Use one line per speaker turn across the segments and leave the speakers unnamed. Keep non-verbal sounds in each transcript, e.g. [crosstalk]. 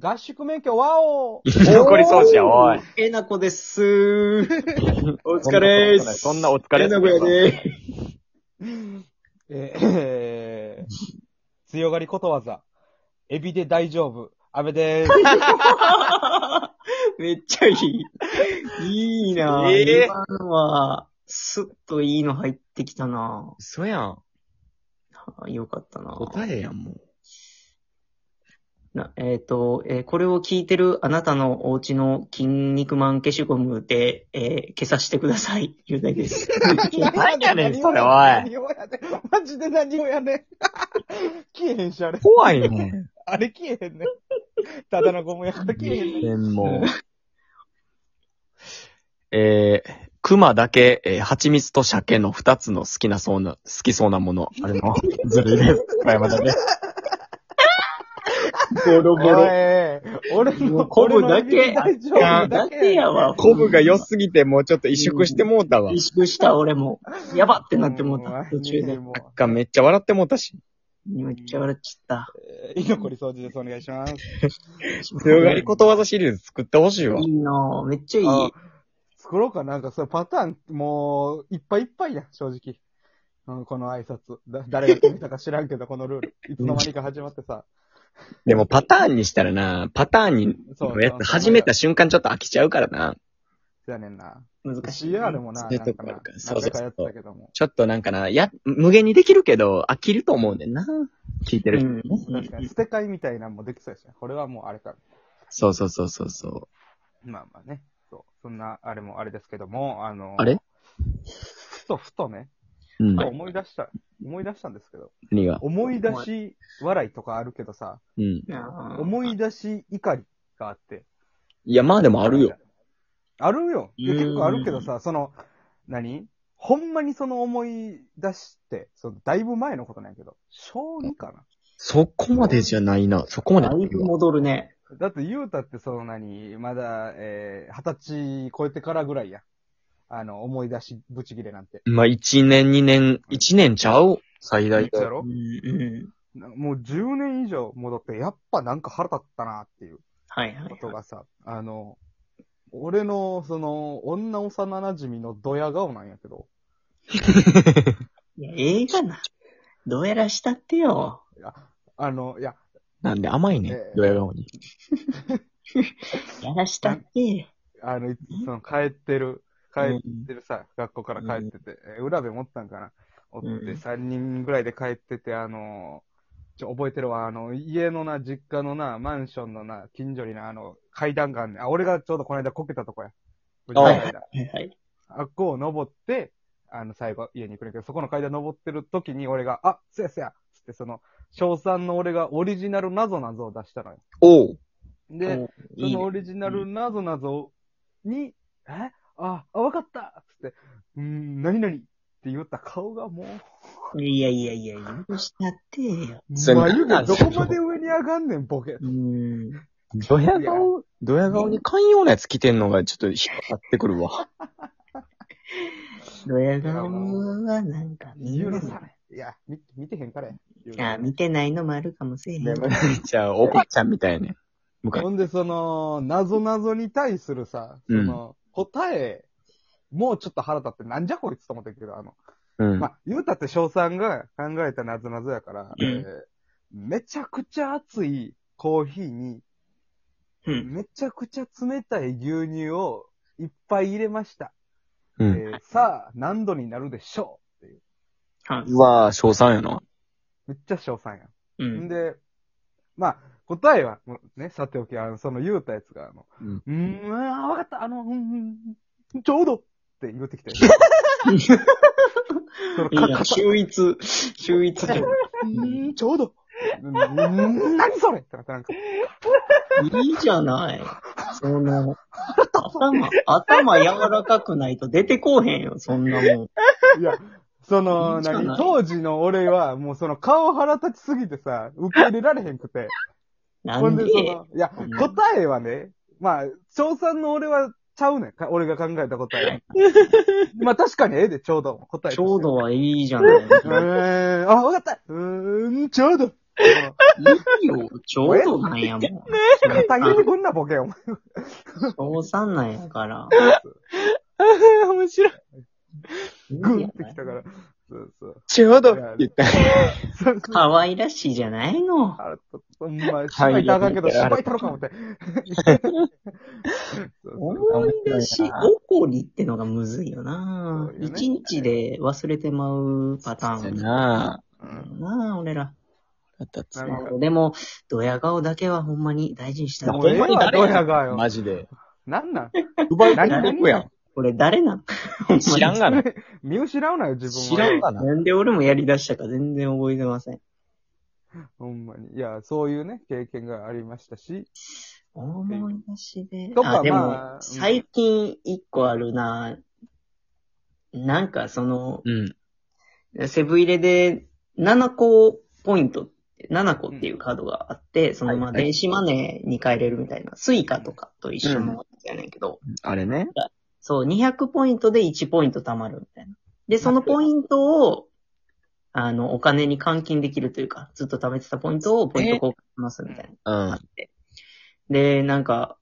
合宿免許ワオ
[laughs] 残り掃除や、おい。
えなこです
[laughs]
ー。お疲れーす。
そんなお疲れ
えなこやで
えーえー強がりことわざ。エビで大丈夫。安倍でーす。
[laughs] ー。めっちゃいい。いいなぁ。
ええ
今のは、すっといいの入ってきたな
嘘やん。
ぁ。よかったなぁ
答えやん、もう。
なえっ、と、えーこれを聞いてるあなたのお家の筋肉マン消しゴムで、えー消させてください。言うだけです。
何やねんそれおい
何をやねんマジで何をやねん [laughs] 消えへんし、あれ。
怖いね [laughs] ん。
あれ消えへんねん。ただのゴムやから消えへんねん。
でも。えー、熊だけ、えー、蜂蜜と鮭の二つの好きなそうな、好きそうなもの。あれの、 [laughs] ずるいです。山田です。
ボロ
おい。俺の、
コブだ
俺のエビ
け
で大丈
あ
夫
だけやわ。
コブが良すぎて、もうちょっと移植してもうたわ。
萎縮した俺も。やばってなってもう
うん
た。途中で。
もう
がめっちゃ笑ってもうたし。
めっちゃ笑っちゃっ
えー居残り掃除です。お願いします。
た。
強がりことわざシリーズ作ってほしいわ
い。いなぁ。めっちゃい
あ
い。
作ろうかなんか、それパターン、もう、いっぱいいっぱいや、正直。うん、この挨拶。だ誰が決めたか知らんけど、このルー
[laughs]
ル。いつの間にか始まってさ。
でもパターンにしたらな、パターンに、
そう
やつ始めた瞬間ちょっと飽きちゃうからな。
そうやねんな。
難しい。
CR もな、
そ
な
うい
ん
うと
か
こある
な
から、そう
何
そ
回
うそう
かやってたけども。
ちょっとなんかな、や、無限にできるけど、飽きると思うねんな。聞いてる人ね。
うん
確かに、捨て替えみたいなのもできそうやしな、これはもうあれか。
そうそうそうそうそ
まあまあね。そう。そんな、あれもあれですけども、あの、
あれ
ふとふとね、
う。うん。
思い出した、思い出したんですけど、
何が。
思い出し笑いとかあるけどさ、
うん。
あー
思い出し怒りがあって、
いや、まあでもあるよ。。
あるよ。いや
うん
結構あるけどさ、その、何ほんまにその思い出して、そのだいぶ前のことなんやけど、小2か
そこまでじゃないな。そこまで
だいぶ戻るね。
な。だって、ゆうたってその何、まだ、えー、二十歳超えてからぐらいや。あの、思い出し、ブチギレなんて。
まあ、一年、二年、一年ちゃう最大
やろ
うんうん。
もう10年以上戻って、やっぱなんか腹立ったなっていう
はいはい
ことがさ、あの、俺の、その、女幼馴染のドヤ顔なんやけど、
はい。いや、映画な。どうやらしたってよ。
あの、いや、
なんで甘いね
え。え
ドヤ顔に。
やらしたって。
あの、いつその帰ってる、帰ってるさ、学校から帰ってて、えー浦部持ったんかなおって、
うん
3人ぐらいで帰ってて、あのーちょ、覚えてるわ、あの、家のな、実家のな、マンションのな、近所にな、あの、階段があんねん。あ、俺がちょうどこの間こけたとこや。無事の階段
はいはい。
あっこを登って、あの、最後家に来るんやけど、そこの階段登ってる時に俺が、あ、そやそやつって、その、小三の俺がオリジナルなぞなぞを出したのよ。
おう。
で、
お
そ
いい
の
ね
オリジナルなぞなぞに、えあ、あ、わかったつって、うーん、何々って言った顔がも
いやいやいや、やらしたってよ。
う、
それ
眉毛
なん
ど
なんすか
こまで上に上がんねん、
[laughs]
ボケ
う。ん。
ドヤ顔、ドヤ顔に寛容なやつ着てんのがちょっと引っかかってくるわ。
ドヤ顔はなんか見
許
る
さない。いや、見見てへんからや。
あ、見てないのもあるかもしれへん。 [laughs]
じゃあ、おばちゃんみたいね。昔
ほ。んで、その、なぞなぞに対するさ、その、答え、もうちょっと腹立って、なんじゃこいつと思ってるけど、あの、
うん
ま。あ、言うたって翔さんが考えたなぞなぞやから、
うん
えーめちゃくちゃ熱いコーヒーに、
うん
めちゃくちゃ冷たい牛乳をいっぱい入れました。
う
え
ん。
ーさあ、何度になるでしょうっていう。
は
うわぁ、賞賛やな。
めっちゃ翔さんや。
う
ん
んん。
で、まあ、答えは、もうね、さておき、あの、その言うたやつが、あの、
うん
うーん、あーわかった、あの、うん、うんちょうどって言ってきて。その
いや、秀逸、秀逸じゃん。
うーん、ちょうど。うーん、何それってなってなんか、
いいじゃない。その、頭、頭柔らかくないと出てこうへんよ、そんなもん。
いや、そ
い
の、
いじゃない
何、当時の俺は、もうその顔腹立ちすぎてさ、受け入れられへんくて。
な
ほ
ん
ん
で
で、その、いや
うん、
答えはね、まあ、翔さんの俺はちゃうねん。か俺が考えた答
[laughs]
えは。まあ確かにええで、ちょうど。答えとして。
ちょうどはいいじゃない。
うーん、あ、わかったうーん、ちょうど。
いいよ、ちょうどなんやもん。
片桐にぶんなボケ、お前。
小三なんやから。
面白い。
グンってきたから。そうそう。
ちょうどって言った。
そうそう。
可愛らしいじゃないの。
あれ、と、ほんま、失敗いたらあかんけど、失敗いたろかもって。そうそう
思い出し、おこりってのがむずいよな
そうよね
一、日で忘れてまうパ
[laughs]
タ
そうや
ーンだ
な
うん
な俺ら。
腹立つ
なんか
でも、ドヤ顔だけはほんまに大事にしたい。
ほ
もうええ
んまに
わ
誰
どう
や
やがよ。
マジ [laughs] で。
なんなん
奪う
何
何僕や
俺誰なんほんま
ん。
に
知らんがな。
見失うなよ、自分は。
知らんがな。
なんで俺もやり出したか全然覚えてません。
ほんまに。いや、そういうね、経験がありましたし。
思い出しで。
とか
あ、でも、
まあ
最近一個あるななんかその、
うん。
セブ入れで7個ポイント、7個っていうカードがあって、そのまあ
はいはい
電子マネーに変えれるみたいな、スイカとかと一緒のやつやねんけど、
あれね。
そう、200ポイントで1ポイント貯まるみたいな。で、そのポイントを、あの、お金に換金できるというか、ずっと貯めてたポイントをポイント交換しますみたいな。
うん
あっ。て。で、なんか、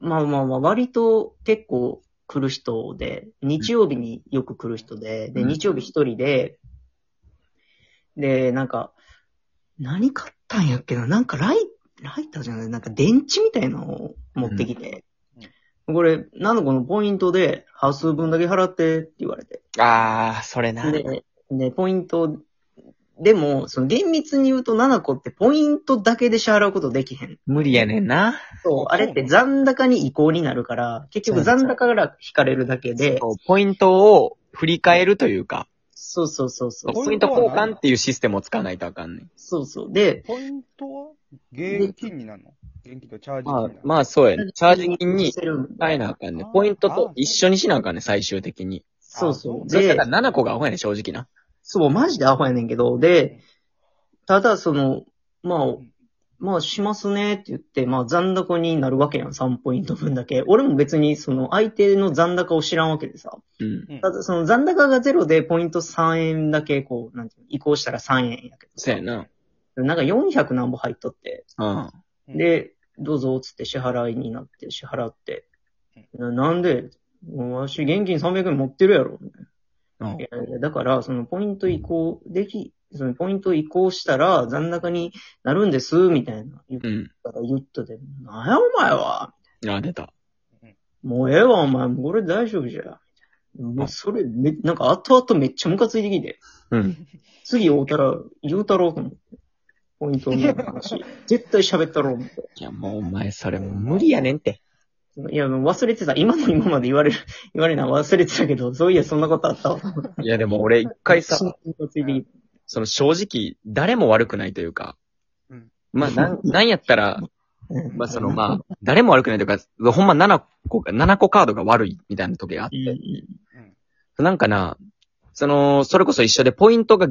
まあまあまあ、割と結構来る人で、日曜日によく来る人で、で、
うん
日曜日一人で、で、なんか、何買ったんやっけななんかライ、ライターじゃないなんか電池みたいなのを持ってきて、これ、なのこのポイントで、ハウス分だけ払ってって言われて。
あー、それな。
で、で、ポイント、でも、その厳密に言うと、7個ってポイントだけで支払うことできへん。
無理やねんな。
そう、あれって残高に移行になるから、結局残高から引かれるだけで、
こうポイントを振り返るというか、
そうそうそうそう。
ポイント交換っていうシステムを使わないとあかんねん。
そうそう。で、
ポイントは現金になるの現金とチャージ金に
まあ
なる、
まあそうやね。チャージ金に
せる
変えなあかんねん。ポイントと一緒にしなあかんねん、最終的に。
そうそう。
それ
で
だか、ら7個がアホやねん、正直な。
そう、マジでアホやねんけど、で、ただその、まあ、まあしますねって言って、まあ残高になるわけやん、3ポイント分だけ。俺も別にその相手の残高を知らんわけでさ。
うん。
うん
ただその残高がゼロでポイント3円だけこう、なんていうの移行したら3円やけど
そ
さ。
うやな。
なんか400何本入っとって。
うん。
で、どうぞ、つって支払いになって、支払って。ななんで、もうわし現金300円持ってるやろ。みたい
うん
ないやいやだから、そのポイント移行でき、そのポイント移行したら残高になるんです、みたいな言っ
うん。
たら言っとて、なんやお前は
あ、出た。
もうええわ、お前。もうこれ大丈夫じゃ。もうそれ、め、なんか後々めっちゃムカついてきて。
うん。
次会うたら、言うたろうと思って。ポイントの
[laughs]
話。絶対喋ったろう思って。
いや、もうお前、それもう無理やねんって。
いや、もう忘れてた。今の今まで言われる、言われるのは忘れてたけど、そういや、そんなことあったわ。
いや、でも俺一回さ、
ついてきて
その正直、誰も悪くないというか
うん、
まあ、なん、なんやったら、
うん
まあそのまあ、誰も悪くないというか、ほんま7個が、7個カードが悪いみたいな時があっ
う
て、
んうん
なんかな、その、それこそ一緒でポイントが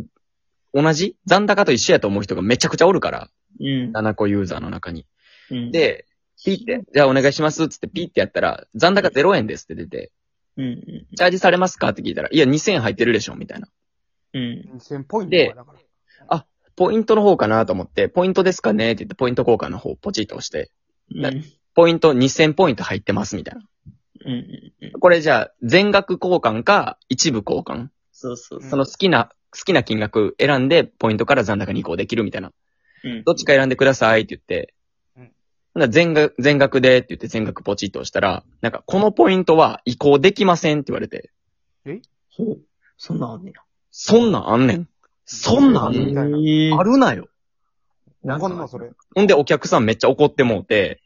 同じ残高と一緒やと思う人がめちゃくちゃおるから、
うん
7個ユーザーの中に。
うん。、
で、ピって、じゃあお願いしますっつってピってやったら、残高0円ですって出て、
うんう
チャージされますかって聞いたら、いや2000円入ってるでしょみたいな。
ん。うん。
2000ポイント
で
はだから。
ポイントの方かなと思って、ポイントですかねって言って、ポイント交換の方ポチッと押して、
うん。
ポイント2000ポイント入ってますみたいな。
うん。
これじゃあ、全額交換か、一部交換。
そうそうそ
その好きな、好きな金額選んで、ポイントから残高に移行できるみたいな。
う。うん
どっちか選んでくださいって言って
うん、
ほんなら全額、全額でって言って全額ポチッと押したら、なんか、このポイントは移行できませんって言われて、
ほう。そんなんあんねや。
そんなんあんねん。そんなんあんね
みたいな
え
ん。あるなよ。
な
わ
ん
かんない、
か、
それ。
ほんで、お客さんめっちゃ怒ってもうて、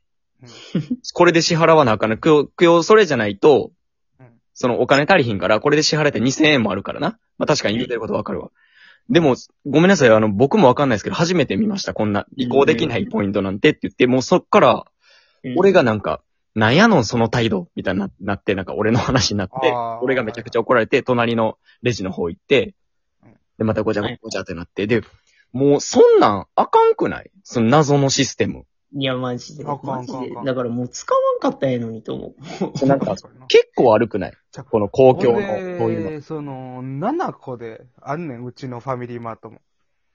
これで支払わなあかんね供養、供養それじゃないと
うん、
そのお金足りひんから、これで支払って2000円もあるからな。まあ確かに言うてることわかるわ。でも、ごめんなさい、あの、僕もわかんないですけど、初めて見ました、こんな移行できないポイントなんてって言って、もうそっから、俺
が、
がなんか、なんやのんその態度みたいにななって、なんか俺の話になって
あー、
俺がめちゃくちゃ怒られて、隣のレジの方行って
うん、
で、またごちゃごちゃってなって、で、もうそんなんあかんくないその謎のシステム。
いや、マジで。
あかん
マジで
あかん。
だからもう使わんかったらええのにと思う。
な
[laughs]
んか、
そうやな
結構悪くない
じゃあ
この公共の、こう
ほん
いうの。
で、その、7個で、あんねん、うちのファミリーマートも。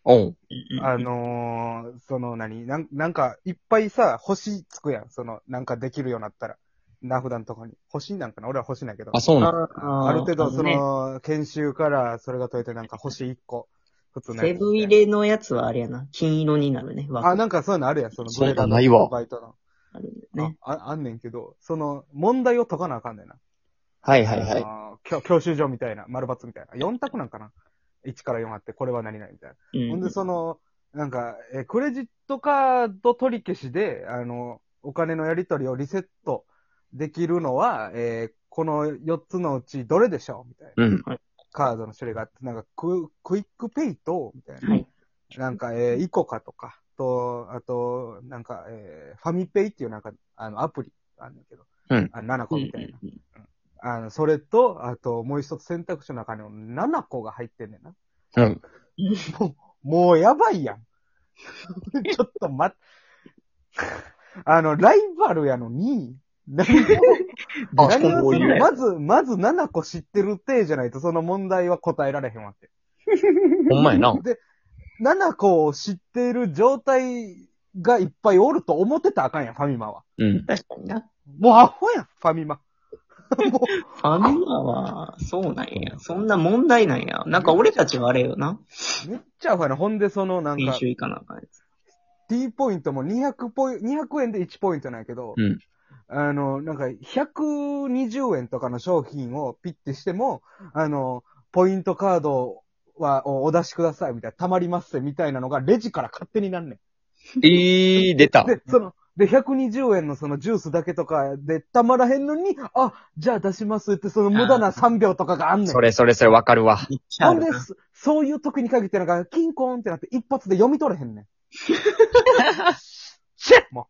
おう。
あのー、その何なん、なんか、いっぱいさ、星つくやん。その、なんかできるようになったら。名札のとこに。星なんかな俺は星なんやけど。
あ、そうなん
あ
あ
る程度、そ
ね、
の、研修から、それが解いて、なんか星1個。普通のや
セ
つ
ブン入れのやつはあれやな。金色になるね。
あ、
枠
なんかそういうのあるやん。その、
そういうのないわ
バイトの。
あるんだよね。
ああ、あんねんけど、その、問題を解かなあかんねんな。
はいはいはい。
あの教教習所みたいな、丸×みたいな。4択なんかな ?1 から4あって、これは何々みたいな。
うん
ほんで、その、なんか、えークレジットカード取り消しで、あの、お金のやり取りをリセットできるのは、えーこの4つのうちどれでしょうみたいな。
うん。
カードの種類があって、なんかク、クイックペイと、みたいな。
はい。
なんか、えー、イコカとか、と、あと、なんか、えーファミペイっていうなんか、あの、アプリあるんだけど、
うん
あ7個みたいな。
うんうん
あの、それと、あと、もう一つ選択肢の中にも7個が入ってんねんな。
うん。
もうやばいやん。 [laughs] ちょっと待っ、 [laughs] あの、ライバルやのに、何を、
あ
何
そう
を
いうやつ
まず、まず7個知ってる体じゃないと、その問題は答えられへんわって。
ほんまやな。
で、7個を知っている状態がいっぱいおると思ってたらあかんやん、ファミマは。
うん。
確かにな。
もうアホやん、ファミマ。
ファミマは、そうなんや。そんな問題なんや。なんか俺たちはあれよな。
めっちゃアホやな。ほんで、その、なん
研
か
修、以下なんかのやつ。
T ポイントも200ポイント、200円で1ポイントなんやけど、
うん
あの、なんか、120円とかの商品をピッてしても、あの、ポイントカードは、おお出しください、みたいな、溜まりますせ、みたいなのが、レジから勝手になんね
えー、出た
ん。。で、その、で、120円のそのジュースだけとかで溜まらへんのに、あ、じゃあ出しますって、その無駄な3秒とかがあんねん
そ。れそれそれわかるわ。
めっちゃ
ほ
あ
ん
る
で
な。、
そそういう時に限ってなんか、キンコーンってなって一発で読み取れへんねん。シェッもう